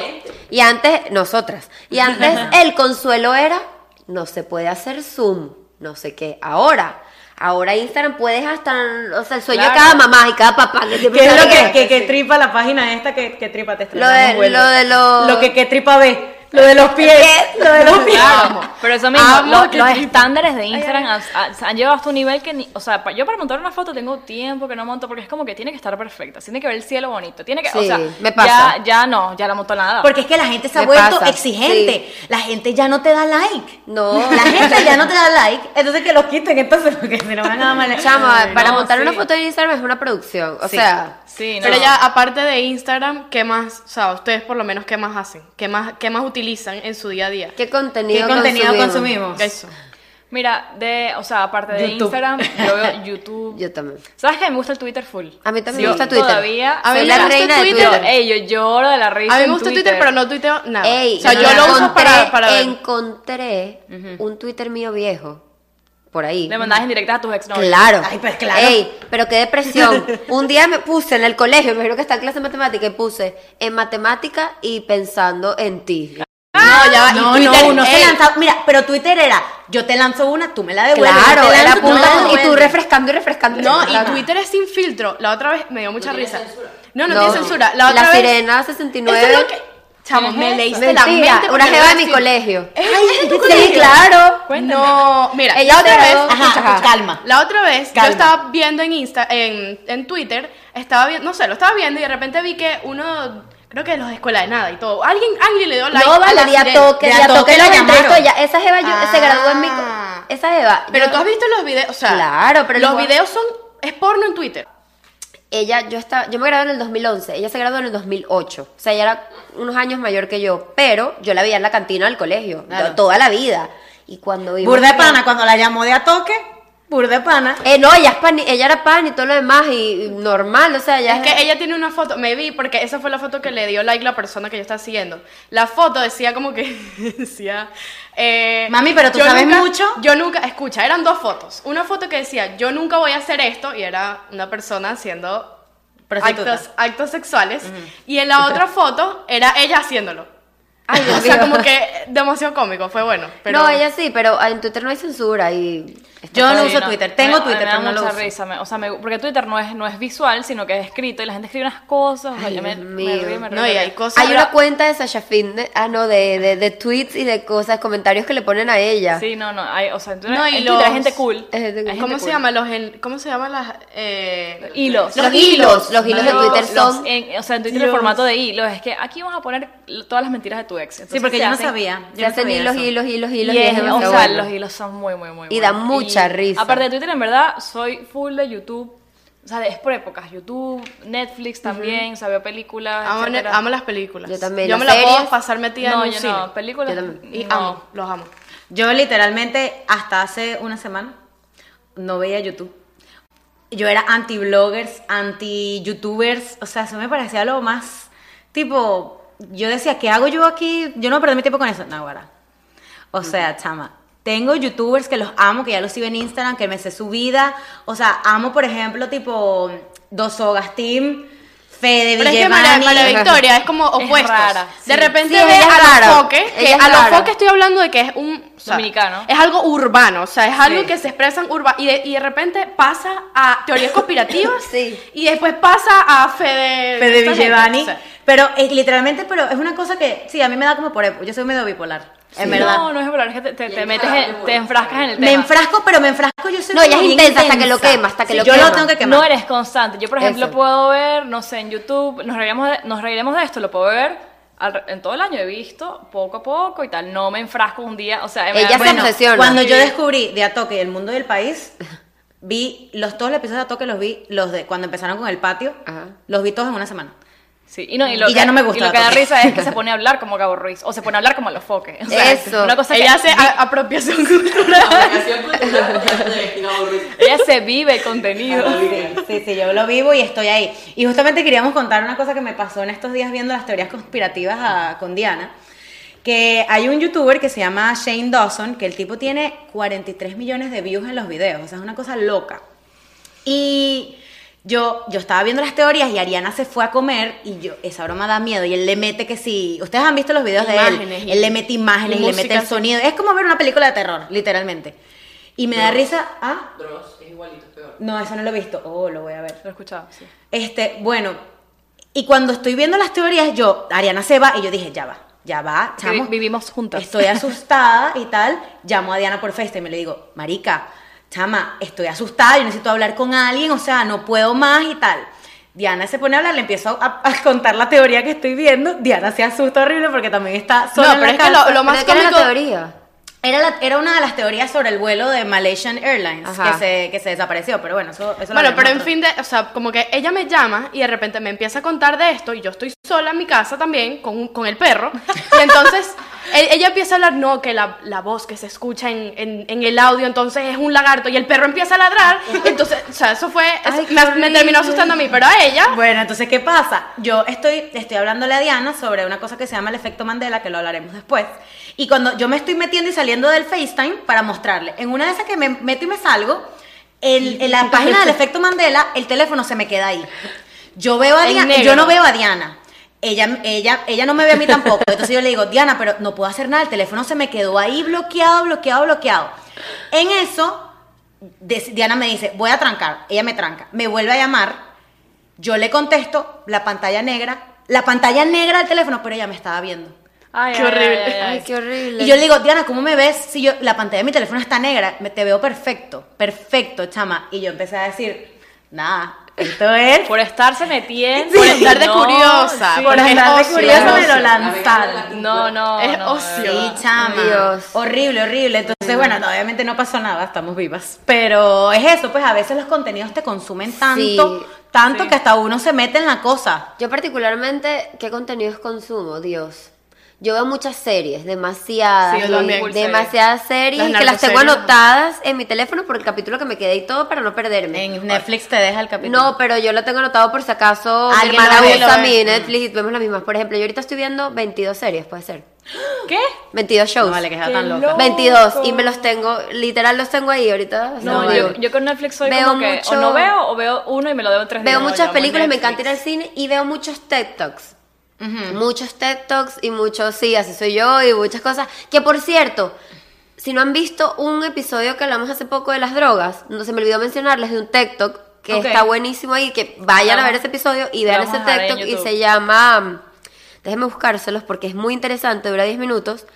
Speaker 3: y antes nosotras y antes el consuelo era no se puede hacer zoom, no sé qué. Ahora Ahora Instagram puedes hasta, o sea, el sueño
Speaker 2: Claro.
Speaker 3: de cada mamá y cada papá que siempre
Speaker 1: ¿Qué es
Speaker 3: sale
Speaker 1: lo que, que,
Speaker 3: que-
Speaker 1: que tripa la página esta? que que tripa te
Speaker 3: Lo de-
Speaker 1: estrenamos, vuelve?
Speaker 3: lo de los-
Speaker 1: Lo que, que tripa ve. Lo de los pies.
Speaker 3: ¿Qué?
Speaker 1: Lo de los pies.
Speaker 2: Claro, pero eso mismo,
Speaker 1: Amo
Speaker 2: lo-
Speaker 1: que
Speaker 2: los
Speaker 1: tripa.
Speaker 2: estándares de Instagram han- han, han llegado hasta un nivel que, ni- o sea, pa- yo para montar una foto tengo tiempo que no monto porque es como que tiene que estar perfecta, tiene que ver el cielo bonito, tiene que, o
Speaker 3: Sí,
Speaker 2: sea,
Speaker 3: me pasa.
Speaker 2: ya, ya no, ya la monto nada.
Speaker 1: Porque es que la gente se ha
Speaker 3: Me
Speaker 1: vuelto
Speaker 3: pasa,
Speaker 1: exigente. La gente ya no te da like.
Speaker 3: No.
Speaker 1: La gente ya no te da like. Entonces que los quiten, entonces, porque si no van a dar mal.
Speaker 3: Chama, para
Speaker 2: no,
Speaker 3: montar una
Speaker 2: sí.
Speaker 3: foto en Instagram es una producción, o
Speaker 1: Sí.
Speaker 3: sea,
Speaker 2: sí, no.
Speaker 4: Pero ya, aparte de Instagram, ¿qué más? O sea, ustedes por lo menos, ¿qué más hacen? ¿Qué más, qué más utilizan en su día a día?
Speaker 3: ¿qué contenido
Speaker 1: ¿Qué contenido
Speaker 3: consumimos?
Speaker 1: consumimos?
Speaker 4: Eso.
Speaker 2: Mira, de, o sea, aparte de
Speaker 1: YouTube.
Speaker 2: Instagram, yo veo YouTube.
Speaker 3: Yo también.
Speaker 2: ¿Sabes que me gusta el Twitter full?
Speaker 3: A mí también
Speaker 2: Yo
Speaker 3: me gusta Twitter.
Speaker 2: Todavía,
Speaker 4: A mí
Speaker 3: Soy
Speaker 4: me
Speaker 3: la
Speaker 4: gusta
Speaker 3: reina de
Speaker 4: Twitter.
Speaker 3: Twitter.
Speaker 2: Yo, ey, yo lloro de la risa.
Speaker 4: A mí me
Speaker 2: en
Speaker 4: gusta Twitter, pero no tuiteo nada.
Speaker 3: Ey,
Speaker 4: o sea,
Speaker 3: no,
Speaker 4: yo
Speaker 3: no,
Speaker 4: lo uso
Speaker 3: encontré-
Speaker 4: para, para ver.
Speaker 3: Encontré un Twitter mío viejo. Por ahí.
Speaker 2: Le mandas indirectas a tus exnovios.
Speaker 3: Claro.
Speaker 1: Ay, pues, claro.
Speaker 3: Ey, pero qué depresión. Un día me puse en el colegio, me imagino que está en clase de matemática, y puse en matemática y pensando en ti.
Speaker 1: Ah,
Speaker 4: No, ya va. y
Speaker 1: No,
Speaker 4: Twitter,
Speaker 1: no, uno se
Speaker 4: ey,
Speaker 1: lanzaba. Mira, pero Twitter era, yo te lanzo una, tú me la devuelves. yo
Speaker 3: Claro,
Speaker 1: te
Speaker 3: era
Speaker 1: lanzo, tú me la
Speaker 3: punta y tú
Speaker 1: devuelves.
Speaker 3: refrescando y refrescando.
Speaker 4: No, y
Speaker 3: refrescando.
Speaker 4: Twitter es sin filtro. La otra vez me dio mucha risa. Ah, No, no,
Speaker 3: No.
Speaker 4: tiene censura. La otra vez.
Speaker 3: sirena
Speaker 4: Eso
Speaker 3: 69.
Speaker 4: es lo que. Chamo,
Speaker 2: ¿Quién es
Speaker 4: me
Speaker 2: esa?
Speaker 4: leíste la
Speaker 3: Mentira,
Speaker 4: mente.
Speaker 3: una
Speaker 4: porque
Speaker 3: jeva de
Speaker 4: no
Speaker 3: mi
Speaker 4: es-
Speaker 3: colegio.
Speaker 4: Ay, ¿tú
Speaker 3: Sí, claro.
Speaker 4: No, mira,
Speaker 3: Ella
Speaker 4: la otra
Speaker 3: se
Speaker 4: vez,
Speaker 3: graduó.
Speaker 1: Ajá,
Speaker 3: Ajá.
Speaker 1: calma.
Speaker 4: la otra vez
Speaker 1: Calma.
Speaker 4: yo estaba viendo en Insta, en, en Twitter, estaba viendo, no sé, lo estaba viendo y de repente vi que uno, creo que de los de escuela de nada y todo, alguien, alguien le dio like.
Speaker 3: No,
Speaker 4: a la
Speaker 3: vale, ya
Speaker 4: sirena.
Speaker 3: toque,
Speaker 1: de a
Speaker 3: ya
Speaker 1: toque
Speaker 3: toque
Speaker 1: la
Speaker 3: lo llamaron.
Speaker 1: llamaron.
Speaker 3: Ya, esa jeva yo, se graduó en mi... co-
Speaker 4: Ah.
Speaker 3: Esa jeva.
Speaker 4: Pero
Speaker 3: yo-
Speaker 4: tú has visto los videos, o sea,
Speaker 3: Claro, pero
Speaker 4: los
Speaker 3: igual-
Speaker 4: videos son, es porno en Twitter.
Speaker 3: Ella, yo estaba, yo me gradué en el 2011, ella se graduó en el 2008. O sea, ella era unos años mayor que yo, pero yo la veía en la cantina del colegio,
Speaker 1: Claro.
Speaker 3: yo- toda la vida. Y cuando vimos...
Speaker 1: Burda de pana, cuando la llamó de a toque, burda de pana.
Speaker 3: Eh, no, ella, es pan, ella era pan y todo lo demás, y, y normal, o sea, ella
Speaker 4: Es que ella tiene una foto, me vi porque esa fue la foto que le dio like la persona que yo estaba siguiendo. La foto decía como que decía eh,
Speaker 1: Mami, pero tú
Speaker 4: yo
Speaker 1: sabes
Speaker 4: nunca-
Speaker 1: mucho.
Speaker 4: Yo nunca, escucha, eran dos fotos. Una foto que decía, "Yo nunca voy a hacer esto" y era una persona haciendo
Speaker 1: Prostituta.
Speaker 4: actos actos sexuales y en la otra foto era ella haciéndolo.
Speaker 3: Ay, Dios
Speaker 4: o sea,
Speaker 3: mío.
Speaker 4: como que demasiado cómico, fue bueno, pero
Speaker 3: No, ella sí, pero en Twitter no hay censura y... está
Speaker 1: Yo no
Speaker 3: todo
Speaker 1: uso
Speaker 3: bien.
Speaker 1: Twitter. Tengo
Speaker 2: Me-
Speaker 1: Twitter,
Speaker 2: me da
Speaker 1: pero no lo
Speaker 2: mucha
Speaker 1: uso.
Speaker 2: risa, me- o sea, me- porque Twitter no es, no es visual, sino que es escrito y la gente escribe unas cosas.
Speaker 3: Ay,
Speaker 2: oye, me,
Speaker 3: Dios
Speaker 2: me
Speaker 3: mío.
Speaker 2: río, me río,
Speaker 4: No,
Speaker 2: me
Speaker 4: y hay
Speaker 2: río.
Speaker 4: cosas-
Speaker 3: Hay
Speaker 4: Ahora-
Speaker 3: una cuenta de Sasha Finn, de- ah, no, de, de, de tweets y de cosas, comentarios que le ponen a ella.
Speaker 2: Sí, no, no, hay, o sea, en Twitter,
Speaker 4: No, y
Speaker 2: en Twitter hay
Speaker 4: los-
Speaker 2: gente cool.
Speaker 3: Es gente
Speaker 2: hay
Speaker 3: cool.
Speaker 2: gente
Speaker 4: ¿Cómo se
Speaker 2: cool.
Speaker 4: llama los en- cómo se llaman las eh,
Speaker 2: Hilos.
Speaker 3: Los hilos, los hilos de
Speaker 2: No,
Speaker 3: Twitter
Speaker 2: los- eh,
Speaker 3: son...
Speaker 2: en- o sea, en Twitter el
Speaker 4: Dios.
Speaker 2: formato de hilos es que aquí vamos a poner todas las mentiras de tu ex.
Speaker 1: Sí,
Speaker 2: Entonces,
Speaker 1: porque
Speaker 2: se
Speaker 1: yo no
Speaker 2: hacen-
Speaker 1: sabía. yo
Speaker 3: Se
Speaker 1: no
Speaker 3: hacen
Speaker 1: sabía
Speaker 3: hilos,
Speaker 1: eso.
Speaker 3: hilos, hilos, hilos.
Speaker 2: Y
Speaker 3: y es
Speaker 2: es- o
Speaker 3: demasiado
Speaker 2: sea,
Speaker 3: bueno.
Speaker 2: los hilos son muy, muy, muy
Speaker 3: Y da
Speaker 2: buenos.
Speaker 3: mucha risa.
Speaker 2: Aparte de Twitter, en verdad, soy full de YouTube. O sea, es por épocas. YouTube, Netflix también, o sea, veo películas,
Speaker 4: Amo,
Speaker 2: etcétera.
Speaker 4: amo las películas.
Speaker 3: Yo también,
Speaker 4: Yo
Speaker 3: las
Speaker 4: me la puedo
Speaker 3: series.
Speaker 4: pasar metida
Speaker 2: Ah, No,
Speaker 4: en un
Speaker 2: yo
Speaker 4: cine.
Speaker 2: no. Películas,
Speaker 3: Yo también.
Speaker 4: Y
Speaker 2: no.
Speaker 4: amo, los amo.
Speaker 1: Yo literalmente hasta hace una semana no veía YouTube. Yo era anti-bloggers, anti-youtubers, o sea, eso me parecía lo más tipo, yo decía, ¿qué hago yo aquí? Yo no perdí mi tiempo con eso, Naguará. O sea, chama, tengo youtubers que los amo, que ya los sigo en Instagram, que me sé su vida, o sea, amo, por ejemplo, tipo, Dos Sogas Team, Fede
Speaker 4: Pero es que María,
Speaker 1: Villemani.
Speaker 4: María Victoria es como
Speaker 2: Es
Speaker 4: opuestos.
Speaker 2: rara,
Speaker 4: De
Speaker 2: sí.
Speaker 4: repente
Speaker 3: Sí,
Speaker 4: ve
Speaker 3: ella es
Speaker 4: a
Speaker 3: rara.
Speaker 4: los foques, que
Speaker 3: Ella es
Speaker 4: a los
Speaker 3: rara.
Speaker 4: foques estoy hablando de que es un o sea,
Speaker 2: Dominicano.
Speaker 4: Es algo urbano, o sea, es algo
Speaker 2: Sí.
Speaker 4: que se expresan urbano y de, y de repente pasa a teorías conspirativas
Speaker 3: Sí.
Speaker 4: y después pasa a Fede
Speaker 1: Fede
Speaker 4: esta gente,
Speaker 1: Villevani.
Speaker 4: o sea.
Speaker 1: Pero es literalmente, pero es una cosa que, sí, a mí me da como por época. Yo soy medio bipolar, en verdad.
Speaker 2: No, no es verdad, es que te, te- te metes, en- te enfrascas en el tema.
Speaker 1: me enfrasco, pero me enfrasco yo soy
Speaker 3: No, ella
Speaker 1: como
Speaker 3: es
Speaker 1: bien
Speaker 3: intensa hasta que lo quema, hasta que lo
Speaker 1: yo
Speaker 3: quema.
Speaker 1: lo tengo que quemar.
Speaker 2: No eres constante. Yo, por ejemplo,
Speaker 3: Eso.
Speaker 2: puedo ver, no sé, en YouTube, nos reiremos de, nos reiremos de esto, lo puedo ver al- en todo el año, he visto poco a poco y tal. No me enfrasco un día, o sea, me
Speaker 3: Ella
Speaker 2: da-
Speaker 3: se obsesiona.
Speaker 1: Cuando yo descubrí de Atoque el mundo del país, vi los todos los episodios de Atoque los vi los de cuando empezaron con el patio,
Speaker 3: Ajá.
Speaker 1: los vi todos en una semana.
Speaker 2: Sí, y, no, y, lo
Speaker 1: Y
Speaker 2: que,
Speaker 1: ya no me gusta
Speaker 2: y lo que da
Speaker 1: tanto.
Speaker 2: risa es que se pone a hablar como Gabo Ruiz, o se pone a hablar como los foques. O sea,
Speaker 3: Eso.
Speaker 2: Una cosa
Speaker 4: Ella hace
Speaker 2: que
Speaker 4: a- apropiación cultural.
Speaker 2: ella se vive el
Speaker 4: Ah,
Speaker 2: contenido.
Speaker 1: Sí, sí, sí, yo lo vivo y estoy ahí. Y justamente queríamos contar una cosa que me pasó en estos días viendo las teorías conspirativas a- con Diana. Que hay un youtuber que se llama Shane Dawson, que el tipo tiene 43 millones de views en los videos. O sea, es una cosa loca. Y yo, yo estaba viendo las teorías y Ariana se fue a comer y yo, esa broma da miedo. Y él le mete que si. Ustedes han visto los videos de él.
Speaker 4: Imágenes y-
Speaker 1: Él le mete imágenes
Speaker 4: y
Speaker 1: y, le mete
Speaker 4: música,
Speaker 1: el sonido. Es como ver una película de terror, literalmente. Y me da risa, ah,
Speaker 6: Dross es igualito, es peor.
Speaker 1: no, eso no lo he visto. Oh, lo voy a ver.
Speaker 2: Lo he escuchado, sí.
Speaker 1: Este, bueno, y cuando estoy viendo las teorías, yo, Ariana se va, y yo dije, ya va, ya va,
Speaker 2: Que vi-
Speaker 1: chamo.
Speaker 2: vivimos juntas.
Speaker 1: Estoy asustada y tal. Llamo a Diana por FaceTime y me le digo, Marica, chama, estoy asustada, yo necesito hablar con alguien, o sea, no puedo más y tal. Diana se pone a hablar, le empiezo a, a contar la teoría que estoy viendo. Diana se asusta horrible porque también está sola.
Speaker 4: No,
Speaker 1: en
Speaker 4: pero
Speaker 1: la
Speaker 4: es que lo,
Speaker 1: casa.
Speaker 4: lo más
Speaker 3: ¿Pero qué era la
Speaker 4: cómico-
Speaker 3: teoría?
Speaker 1: Era, la- era una de las teorías sobre el vuelo de Malaysian Airlines
Speaker 3: Ajá.
Speaker 1: que se, que se desapareció, pero bueno, eso, eso lo
Speaker 4: Bueno,
Speaker 1: hablaremos
Speaker 4: pero en
Speaker 1: otro-
Speaker 4: fin, de, o sea, como que ella me llama y de repente me empieza a contar de esto y yo estoy sola en mi casa también con, un- con el perro. Y entonces e- ella empieza a hablar, no, que la, la voz que se escucha en, en- en el audio entonces es un lagarto y el perro empieza a ladrar. Entonces, o sea, eso fue, eso
Speaker 3: Ay, qué
Speaker 4: me, me terminó
Speaker 3: horrible.
Speaker 4: asustando a mí, pero a ella...
Speaker 1: Bueno, entonces, ¿qué pasa? Yo estoy, estoy hablándole a Diana sobre una cosa que se llama el efecto Mandela, que lo hablaremos después. Y cuando yo me estoy metiendo y saliendo del FaceTime para mostrarle, en una de esas que me meto y me salgo, el- en la página del efecto Mandela, el teléfono se me queda ahí. Yo veo a
Speaker 4: En
Speaker 1: Diana,
Speaker 4: negro.
Speaker 1: yo no veo a Diana. Ella, ella, ella no me ve a mí tampoco. Entonces yo le digo, Diana, pero no puedo hacer nada. El teléfono se me quedó ahí bloqueado, bloqueado, bloqueado. En eso, de- Diana me dice, voy a trancar. Ella me tranca. Me vuelve a llamar. Yo le contesto, la pantalla negra, la pantalla negra del teléfono, pero ella me estaba viendo.
Speaker 2: Ay,
Speaker 4: Qué
Speaker 2: ay,
Speaker 4: horrible.
Speaker 2: ay, ay, ay.
Speaker 3: Ay, qué horrible.
Speaker 1: Y yo le digo, Diana, ¿cómo me ves si yo, la pantalla de mi teléfono está negra? Me, te veo perfecto, perfecto, chama. Y yo empecé a decir, nada, esto es...
Speaker 2: Por estarse metiendo.
Speaker 4: Por estar de curiosa, por
Speaker 2: es
Speaker 4: andar de
Speaker 2: ocio.
Speaker 1: curiosa me lo
Speaker 6: La
Speaker 1: lanzaron.
Speaker 6: vegana, la
Speaker 2: No, no.
Speaker 4: Es
Speaker 2: no,
Speaker 4: ocio.
Speaker 2: de
Speaker 1: Sí,
Speaker 2: verdad.
Speaker 1: chama.
Speaker 3: Dios.
Speaker 1: Horrible, horrible. Entonces, bueno, no, obviamente no pasó nada, estamos vivas. Pero es eso, pues a veces los contenidos te consumen tanto,
Speaker 3: Sí,
Speaker 1: tanto
Speaker 2: sí.
Speaker 1: que hasta uno se mete en la cosa.
Speaker 3: Yo particularmente, ¿qué contenidos consumo? Dios. Yo veo muchas series, demasiadas.
Speaker 4: Sí, yo también.
Speaker 3: Full Demasiadas series
Speaker 4: Las
Speaker 3: que las tengo
Speaker 4: narcoseries.
Speaker 3: anotadas en mi teléfono por el capítulo que me quedé y todo para no perderme.
Speaker 1: En Netflix te deja el capítulo.
Speaker 3: No, pero yo lo tengo anotado por si acaso mi
Speaker 1: Alguien
Speaker 3: hermana
Speaker 1: lo ve,
Speaker 3: usa
Speaker 1: lo ve.
Speaker 3: mi Netflix y vemos las mismas. Por ejemplo, yo ahorita estoy viendo 22 series, puede ser.
Speaker 2: ¿Qué?
Speaker 3: 22 shows.
Speaker 1: No vale que sea tan
Speaker 2: Qué
Speaker 1: loca.
Speaker 2: loco.
Speaker 3: 22 y me los tengo, literal los tengo ahí ahorita. o sea,
Speaker 2: No,
Speaker 1: No,
Speaker 2: yo,
Speaker 1: vale.
Speaker 2: yo con Netflix soy
Speaker 3: Veo
Speaker 2: como que o
Speaker 3: mucho-
Speaker 2: no veo o veo uno y me lo debo en tres
Speaker 3: Veo
Speaker 2: días.
Speaker 3: muchas
Speaker 2: No,
Speaker 3: películas, me
Speaker 2: Netflix.
Speaker 3: encanta ir al cine y veo muchos TED Talks. Muchos TED Talks y muchos, sí, así soy yo y muchas cosas. Que por cierto, si no han visto un episodio que hablamos hace poco de las drogas, no se me olvidó mencionarles de un TED Talk que
Speaker 1: Ok.
Speaker 3: está buenísimo ahí, que vayan a ver ese episodio y
Speaker 2: Lo
Speaker 3: vean
Speaker 2: vamos
Speaker 3: ese
Speaker 2: a dejar
Speaker 3: TED
Speaker 2: en
Speaker 3: Talk y
Speaker 2: YouTube.
Speaker 3: se llama, déjenme buscárselos porque es muy interesante, dura 10 minutos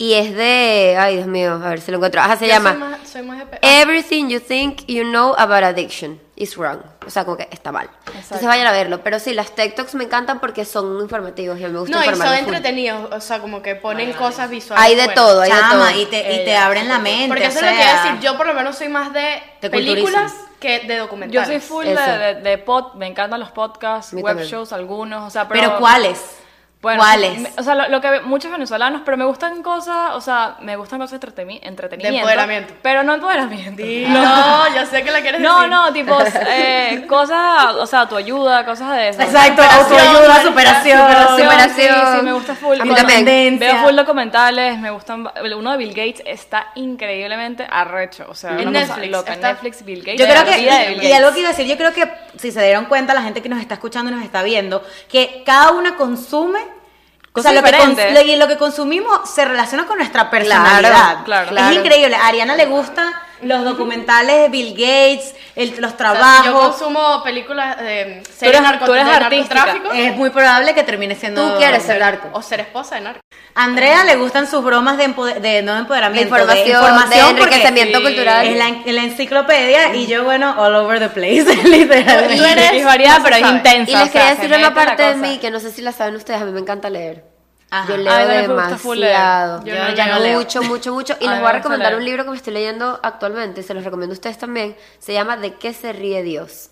Speaker 3: y es de, ay Dios mío, a ver si lo encuentro. Ajá, se
Speaker 4: Yo
Speaker 3: llama...
Speaker 4: soy más- soy más de pe-
Speaker 3: Everything you think you know about addiction is wrong. O sea, como que está mal. Entonces vayan a verlo. Pero sí, las TED Talks me encantan porque son informativos y a mí me gusta
Speaker 4: ah, No, y son
Speaker 3: informarme full.
Speaker 4: entretenidos, o sea, como que ponen cosas visuales.
Speaker 3: Hay de
Speaker 4: buenas.
Speaker 3: todo, hay de
Speaker 1: Chama,
Speaker 3: todo.
Speaker 1: y te, y te
Speaker 2: Ella,
Speaker 1: abren la mente.
Speaker 4: Porque eso
Speaker 1: o
Speaker 4: es lo que iba
Speaker 1: sea.
Speaker 4: a decir, yo por lo menos soy más de
Speaker 1: Te
Speaker 4: películas
Speaker 1: culturizan.
Speaker 4: que de
Speaker 2: Yo
Speaker 4: documentales.
Speaker 2: soy full de,
Speaker 3: Eso.
Speaker 2: de, de pod, me encantan los podcasts,
Speaker 3: mí
Speaker 2: web
Speaker 3: también.
Speaker 2: shows, algunos, o sea, pero...
Speaker 1: Pero, ¿cuáles?
Speaker 2: Bueno,
Speaker 1: ¿Cuáles?
Speaker 2: me- o sea, lo, lo que ve- muchos venezolanos, pero me gustan cosas, o sea, me gustan cosas de entretemi- entretenimiento.
Speaker 4: empoderamiento.
Speaker 2: Pero no empoderamiento.
Speaker 4: No, yo sé que la quieres
Speaker 2: No,
Speaker 4: decir.
Speaker 2: no, tipo, eh, cosas, o sea, tu ayuda, cosas de eso.
Speaker 1: Exacto, autoayuda, superación.
Speaker 2: Superación, sí,
Speaker 3: Superación.
Speaker 2: sí, me gusta full.
Speaker 3: A mí
Speaker 2: Cuando-
Speaker 3: también.
Speaker 2: Veo full documentales, me gustan. va- Uno de Bill Gates está increíblemente arrecho. O sea,
Speaker 4: En
Speaker 2: una cosa
Speaker 4: Netflix,
Speaker 2: loca. En
Speaker 4: está-
Speaker 2: Netflix, Bill Gates.
Speaker 1: Yo creo
Speaker 2: la vida de
Speaker 1: que,
Speaker 2: Bill
Speaker 1: y, y algo
Speaker 2: Gates.
Speaker 1: que iba a decir, yo creo que si se dieron cuenta la gente que nos está escuchando y nos está viendo, que cada una consume, o sea,
Speaker 2: Cosas
Speaker 1: lo que, cons-
Speaker 2: diferentes.
Speaker 1: le- lo que consumimos se relaciona con nuestra personalidad.
Speaker 2: claro,
Speaker 1: es
Speaker 2: claro.
Speaker 1: increíble, a Ariana le gustan los documentales de Bill Gates, el- los
Speaker 4: O sea,
Speaker 1: trabajos.
Speaker 4: si yo consumo películas, eh,
Speaker 2: Tú eres-
Speaker 4: series narco-
Speaker 2: tú eres
Speaker 4: de
Speaker 2: artística.
Speaker 4: narcotráfico eh,
Speaker 1: es muy probable que termine siendo...
Speaker 3: Tú quieres ser arco.
Speaker 4: o ser esposa de narco.
Speaker 1: Andrea le gustan sus bromas de, empoder- de no de
Speaker 3: De
Speaker 1: empoderamiento,
Speaker 3: información,
Speaker 1: de información
Speaker 3: de
Speaker 1: porque
Speaker 3: enriquecimiento
Speaker 2: sí, Mm.
Speaker 3: cultural.
Speaker 1: es la, en- la enciclopedia y yo, bueno, all over the place, literalmente.
Speaker 2: Tú eres- es variada, pero es intensa.
Speaker 3: Y les
Speaker 2: o sea,
Speaker 3: quería
Speaker 2: se
Speaker 3: decir
Speaker 2: mete
Speaker 3: una
Speaker 2: la
Speaker 3: parte de
Speaker 2: cosa.
Speaker 3: mí que no sé si la saben ustedes, a mí me encanta leer.
Speaker 1: Ajá.
Speaker 3: Yo
Speaker 1: Ay,
Speaker 3: leo
Speaker 2: también me gusta full leer.
Speaker 3: demasiado.
Speaker 1: Yo no- ya no leo.
Speaker 3: mucho, mucho, mucho. Y
Speaker 2: A
Speaker 3: les
Speaker 2: mí
Speaker 3: voy a
Speaker 2: me gusta
Speaker 3: recomendar
Speaker 2: leer.
Speaker 3: un libro que me estoy leyendo actualmente, y se los recomiendo a ustedes también. Se llama De qué se ríe Dios.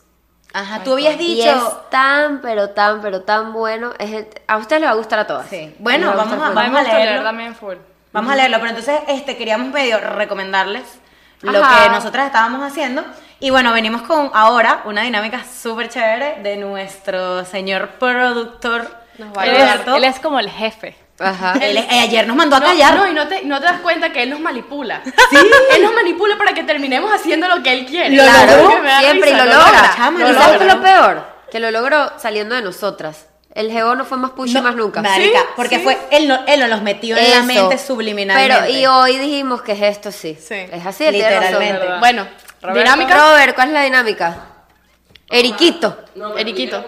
Speaker 1: Ajá, tú habías
Speaker 3: Y
Speaker 1: dicho...
Speaker 3: es tan, pero tan, pero tan bueno. Es el- a ustedes les va a gustar a todas.
Speaker 1: Sí.
Speaker 3: Les
Speaker 1: Bueno,
Speaker 3: va a
Speaker 1: vamos
Speaker 3: gustar
Speaker 1: a,
Speaker 3: full.
Speaker 2: A mí
Speaker 1: vamos
Speaker 2: me
Speaker 1: a
Speaker 2: gusta leer
Speaker 1: leerlo.
Speaker 2: también full.
Speaker 1: Vamos a leerlo, pero entonces este, queríamos medio recomendarles lo
Speaker 3: Ajá.
Speaker 1: que nosotras estábamos haciendo. Y bueno, venimos con ahora una dinámica súper chévere de nuestro señor productor.
Speaker 4: Nos va a
Speaker 2: Él es,
Speaker 1: Alberto.
Speaker 2: él es como el jefe.
Speaker 3: Ajá.
Speaker 1: Él es- eh, ayer nos mandó a
Speaker 4: No,
Speaker 1: callar.
Speaker 4: no, y no te, no te das cuenta que él nos manipula. Él nos manipula para que terminemos haciendo lo que él quiere.
Speaker 1: Lo
Speaker 4: Es
Speaker 3: Claro,
Speaker 4: que me da
Speaker 3: siempre
Speaker 4: risa,
Speaker 3: y lo, logra.
Speaker 1: chama,
Speaker 3: ¿Y
Speaker 1: lo
Speaker 3: sabes qué
Speaker 1: logra.
Speaker 3: es lo peor? Que lo logró saliendo de nosotras. El geo no fue más pushy más nunca.
Speaker 1: Marica,
Speaker 4: Sí,
Speaker 1: porque
Speaker 4: sí.
Speaker 1: fue, él, no, él nos los metió en la
Speaker 3: Eso.
Speaker 1: mente subliminalmente.
Speaker 3: Pero, y hoy dijimos que es esto, sí.
Speaker 4: Sí.
Speaker 3: Es así, él tiene razón.
Speaker 1: Literalmente.
Speaker 2: ¿verdad?
Speaker 4: Bueno,
Speaker 2: Roberto.
Speaker 4: dinámica.
Speaker 3: Robert, ¿cuál es la dinámica? Eriquito.
Speaker 4: Eriquito.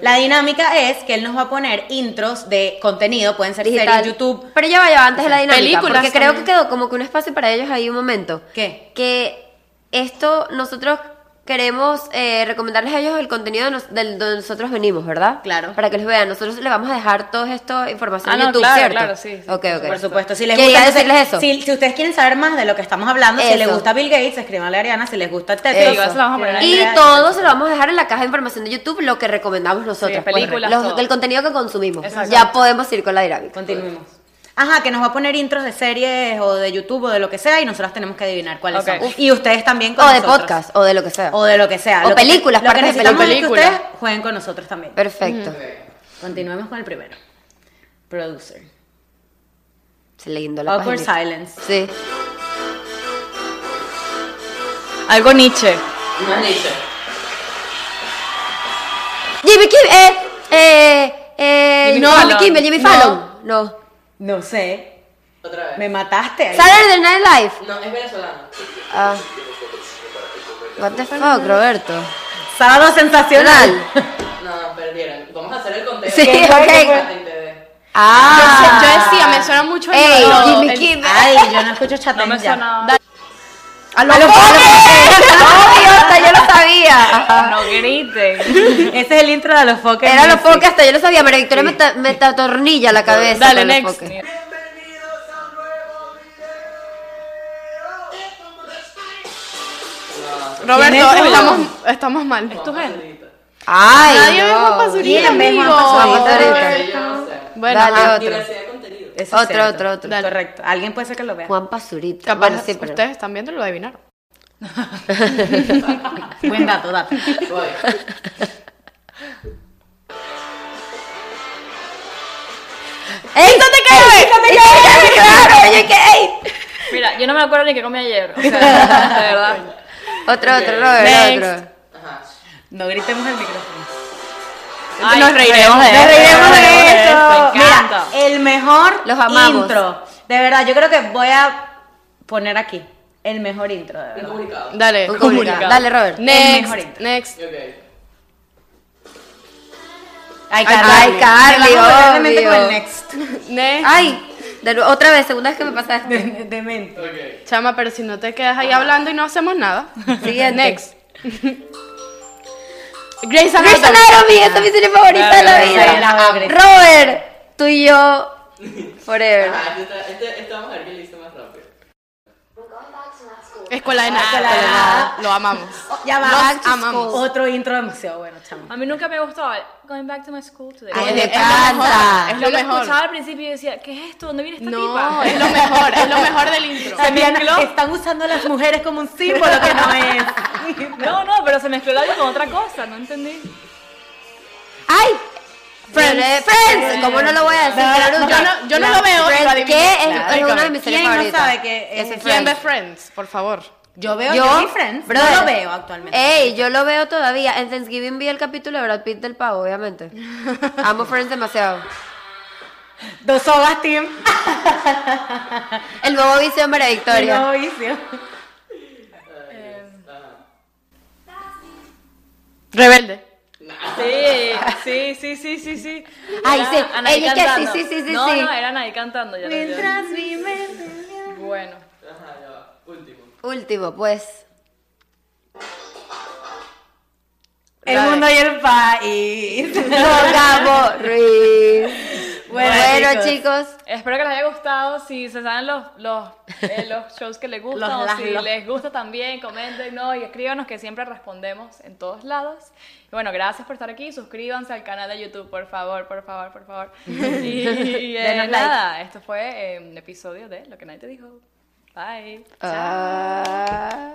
Speaker 1: La dinámica es que él nos va a poner intros de contenido, pueden ser
Speaker 3: Digital.
Speaker 1: series, YouTube.
Speaker 3: Pero ya vaya, antes de la dinámica.
Speaker 4: Películas
Speaker 3: porque creo que
Speaker 4: también.
Speaker 3: quedó como que un espacio para ellos ahí un momento.
Speaker 1: ¿Qué?
Speaker 3: Que esto, nosotros queremos eh, recomendarles a ellos el contenido de nos- del donde nosotros venimos, ¿verdad?
Speaker 1: Claro.
Speaker 3: Para que los vean. Nosotros les vamos a dejar toda esta información
Speaker 2: Ah,
Speaker 3: en
Speaker 2: no,
Speaker 3: YouTube,
Speaker 2: claro,
Speaker 3: ¿cierto?
Speaker 2: claro, sí, sí,
Speaker 3: Ok, ok.
Speaker 1: Por supuesto, si les
Speaker 3: Quería
Speaker 1: gusta. entonces,
Speaker 3: decirles eso.
Speaker 1: Si, si ustedes quieren saber más de lo que estamos hablando, si les
Speaker 3: Eso.
Speaker 1: gusta Bill Gates, escríbanle a Ariana, si les gusta
Speaker 3: Eso.
Speaker 1: Teflon.
Speaker 2: igual se la vamos a poner ahí.
Speaker 3: Y
Speaker 1: Andrea,
Speaker 3: todo se lo vamos a dejar en la caja de información de YouTube, lo que recomendamos nosotros.
Speaker 2: Sí, películas,
Speaker 3: pues,
Speaker 2: todo.
Speaker 3: los- el contenido que consumimos.
Speaker 2: Exacto.
Speaker 3: Ya podemos ir con la dinámica.
Speaker 1: Continuemos. Ajá, que nos va a poner intros de series o de YouTube o de lo que sea y nosotras tenemos que adivinar cuáles
Speaker 2: Ok.
Speaker 1: son.
Speaker 2: Uf.
Speaker 1: Y ustedes también con
Speaker 3: O de
Speaker 1: nosotros.
Speaker 3: podcast, o de lo que sea.
Speaker 1: O de lo que sea.
Speaker 3: O
Speaker 1: Lo que-
Speaker 3: películas,
Speaker 1: lo que
Speaker 3: partes de
Speaker 1: necesitamos es que
Speaker 4: películas.
Speaker 1: ustedes jueguen con nosotros también.
Speaker 3: Perfecto.
Speaker 1: Continuemos con el primero. Producer.
Speaker 3: Se le guindó la
Speaker 1: Awkward
Speaker 3: paginita.
Speaker 1: Silence.
Speaker 3: Sí.
Speaker 2: Algo Nietzsche.
Speaker 6: No es Nietzsche.
Speaker 3: Jimmy Kimmel, eh, eh, eh,
Speaker 2: Jimmy
Speaker 3: no,
Speaker 2: Fallon.
Speaker 3: Jimmy Kimmel, Jimmy
Speaker 2: No.
Speaker 3: Fallon. No.
Speaker 1: No sé.
Speaker 6: Otra vez.
Speaker 1: Me mataste. ahí.
Speaker 3: Saturday Night Live.
Speaker 6: No, es venezolano.
Speaker 3: Ah. What the fuck, Roberto.
Speaker 1: Sábado sensacional.
Speaker 6: No, perdieron. Vamos a hacer el conteo.
Speaker 3: Sí,
Speaker 6: ¿Qué
Speaker 3: ok.
Speaker 6: fue? Chatén TV.
Speaker 3: Ah.
Speaker 4: Yo decía, me suena mucho el
Speaker 3: Ey,
Speaker 4: novio,
Speaker 3: Jimmy
Speaker 4: el- Ah,
Speaker 3: Kimmel.
Speaker 1: Ay, yo no escucho chat
Speaker 2: No me sonaba.
Speaker 3: A los pobres. Obvio, hasta yo lo sabía. Ajá.
Speaker 2: No griten.
Speaker 1: Ese es el intro de los foques.
Speaker 3: Era lo
Speaker 1: Music.
Speaker 3: poco, hasta yo lo sabía. María Victoria me, ta- me tatornilla la cabeza.
Speaker 2: Dale,
Speaker 3: con los
Speaker 2: next.
Speaker 3: Poké.
Speaker 4: Roberto,
Speaker 1: ¿Quién es?
Speaker 4: estamos, estamos mal. Es tu
Speaker 3: Ay,
Speaker 4: Nadie ve
Speaker 3: no.
Speaker 4: Juan Pazurita,
Speaker 1: ¿Quién ve Juan
Speaker 4: amigo.
Speaker 1: Pazurita?
Speaker 3: Roberto.
Speaker 6: Yo sé.
Speaker 4: Bueno, ah,
Speaker 3: Dale,
Speaker 4: ajá.
Speaker 3: otro.
Speaker 6: Diversidad de contenido.
Speaker 1: Eso
Speaker 3: Otro,
Speaker 1: es cierto.
Speaker 3: otro, otro.
Speaker 4: Dale.
Speaker 1: Correcto. Alguien puede ser que lo vea.
Speaker 3: Juan Pazurita.
Speaker 4: capaz
Speaker 3: Bueno, sí, pero-
Speaker 4: ustedes también te lo adivinaron.
Speaker 1: Buen dato, dato.
Speaker 6: Voy.
Speaker 3: ¡Ey! ¡No te caes! ¡No te caes! ¡Claro! Oye, ¿qué? ¡Ey!
Speaker 2: Mira, yo no me acuerdo ni que comí ayer. O sea, de verdad.
Speaker 3: Otro, otro, Robert,
Speaker 4: Next.
Speaker 3: otro.
Speaker 6: Ajá.
Speaker 1: No gritemos el micrófono.
Speaker 2: Ay,
Speaker 4: Nos reiremos de
Speaker 3: Nos reiremos de
Speaker 2: esto. Me encanta.
Speaker 1: Mira, el mejor
Speaker 3: Los amamos.
Speaker 1: intro. De verdad, yo creo que voy a poner aquí el mejor intro, de
Speaker 6: Un
Speaker 1: verdad.
Speaker 6: comunicado.
Speaker 4: Dale,
Speaker 3: Un comunicado. Dale, Robert.
Speaker 1: El mejor
Speaker 4: Next,
Speaker 1: intro.
Speaker 4: next.
Speaker 6: Ok.
Speaker 1: Ay,
Speaker 3: Ay, Carly,
Speaker 1: Te vas a volver demente
Speaker 3: obvio.
Speaker 1: con el next.
Speaker 4: Next.
Speaker 3: Ay, de nuevo, otra vez, segunda vez que me pasa esto.
Speaker 1: Demente.
Speaker 6: Ok.
Speaker 4: Chama, pero si no te quedas ahí hablando y no hacemos nada.
Speaker 3: Siguiente.
Speaker 4: Next. Grace
Speaker 3: Grey's
Speaker 4: Anatomy.
Speaker 3: Anatomy, esa es mi serie favorita de la vida.
Speaker 1: la amo.
Speaker 3: Robert, tú y yo, forever.
Speaker 6: Ajá, este, está- este, este vamos a ver quién lo hizo más rápido.
Speaker 4: Escuela de
Speaker 3: Ah,
Speaker 4: nada.
Speaker 1: Escuela de nada.
Speaker 4: Lo amamos.
Speaker 1: Ya va.
Speaker 4: Back to
Speaker 1: amamos.
Speaker 4: school.
Speaker 1: Otro intro demasiado bueno, chamo.
Speaker 2: A mí nunca me gustó el Going Back to My School Today.
Speaker 3: Ay,
Speaker 4: Es-
Speaker 3: me
Speaker 4: es lo
Speaker 3: encanta.
Speaker 4: mejor, Es lo
Speaker 2: yo lo
Speaker 4: mejor.
Speaker 2: escuchaba al principio y decía, ¿qué es esto? ¿Dónde viene esta
Speaker 4: No,
Speaker 2: tipa?
Speaker 4: es lo mejor. Es lo mejor del intro.
Speaker 1: También
Speaker 2: mezcló.
Speaker 1: están usando a las mujeres como un símbolo que no es.
Speaker 2: No, no, pero se mezcló el audio con otra cosa, no entendí.
Speaker 3: Ay, Friends. Friends, ¿cómo no lo voy a decir? Pero
Speaker 4: no,
Speaker 3: nunca.
Speaker 4: no, yo no lo veo, pero
Speaker 3: Friends,
Speaker 4: adivino.
Speaker 3: ¿qué? Es,
Speaker 4: Claro,
Speaker 3: es una de
Speaker 4: explícame.
Speaker 3: mis series
Speaker 1: ¿Quién no
Speaker 3: favoritas.
Speaker 1: sabe que es
Speaker 3: Ese
Speaker 4: eh, ¿Quién ve
Speaker 3: Friends.
Speaker 4: Friends? Por favor.
Speaker 1: Yo veo
Speaker 3: Yo,
Speaker 1: Yo, Friends.
Speaker 3: brother.
Speaker 1: no lo veo actualmente.
Speaker 3: Ey, yo lo veo todavía. En Thanksgiving vi el capítulo de Brad Pitt del pavo, obviamente. Amo Friends demasiado.
Speaker 1: Dos horas, Tim.
Speaker 3: El nuevo vicio de María Victoria.
Speaker 1: No, vicio.
Speaker 4: Rebelde.
Speaker 2: Sí, sí, sí, sí, sí, sí.
Speaker 3: Ay,
Speaker 2: Era
Speaker 3: sí,
Speaker 2: Anaí
Speaker 3: ella que sí,
Speaker 2: cantando.
Speaker 3: sí, sí, sí,
Speaker 2: No,
Speaker 3: sí.
Speaker 2: no, era Anaí cantando. Ya lo entiendo. Bueno.
Speaker 6: Ajá, ya va. Último.
Speaker 3: Último, pues.
Speaker 1: El mundo y el país.
Speaker 3: Gabo Ruiz. Bueno,
Speaker 1: Bueno,
Speaker 3: chicos.
Speaker 2: Espero que les haya gustado. Si se saben los, los, eh, los shows que les gustan,
Speaker 1: Los-
Speaker 2: o
Speaker 1: las-
Speaker 2: si
Speaker 1: los-
Speaker 2: les gusta también, comenten ¿no? y escríbanos que siempre respondemos en todos lados. Y bueno, gracias por estar aquí. Suscríbanse al canal de YouTube, por favor, por favor, por favor. Y, eh,
Speaker 1: Denos like.
Speaker 2: nada, esto fue eh, un episodio de Lo que nadie te dijo. Bye.
Speaker 3: Ah.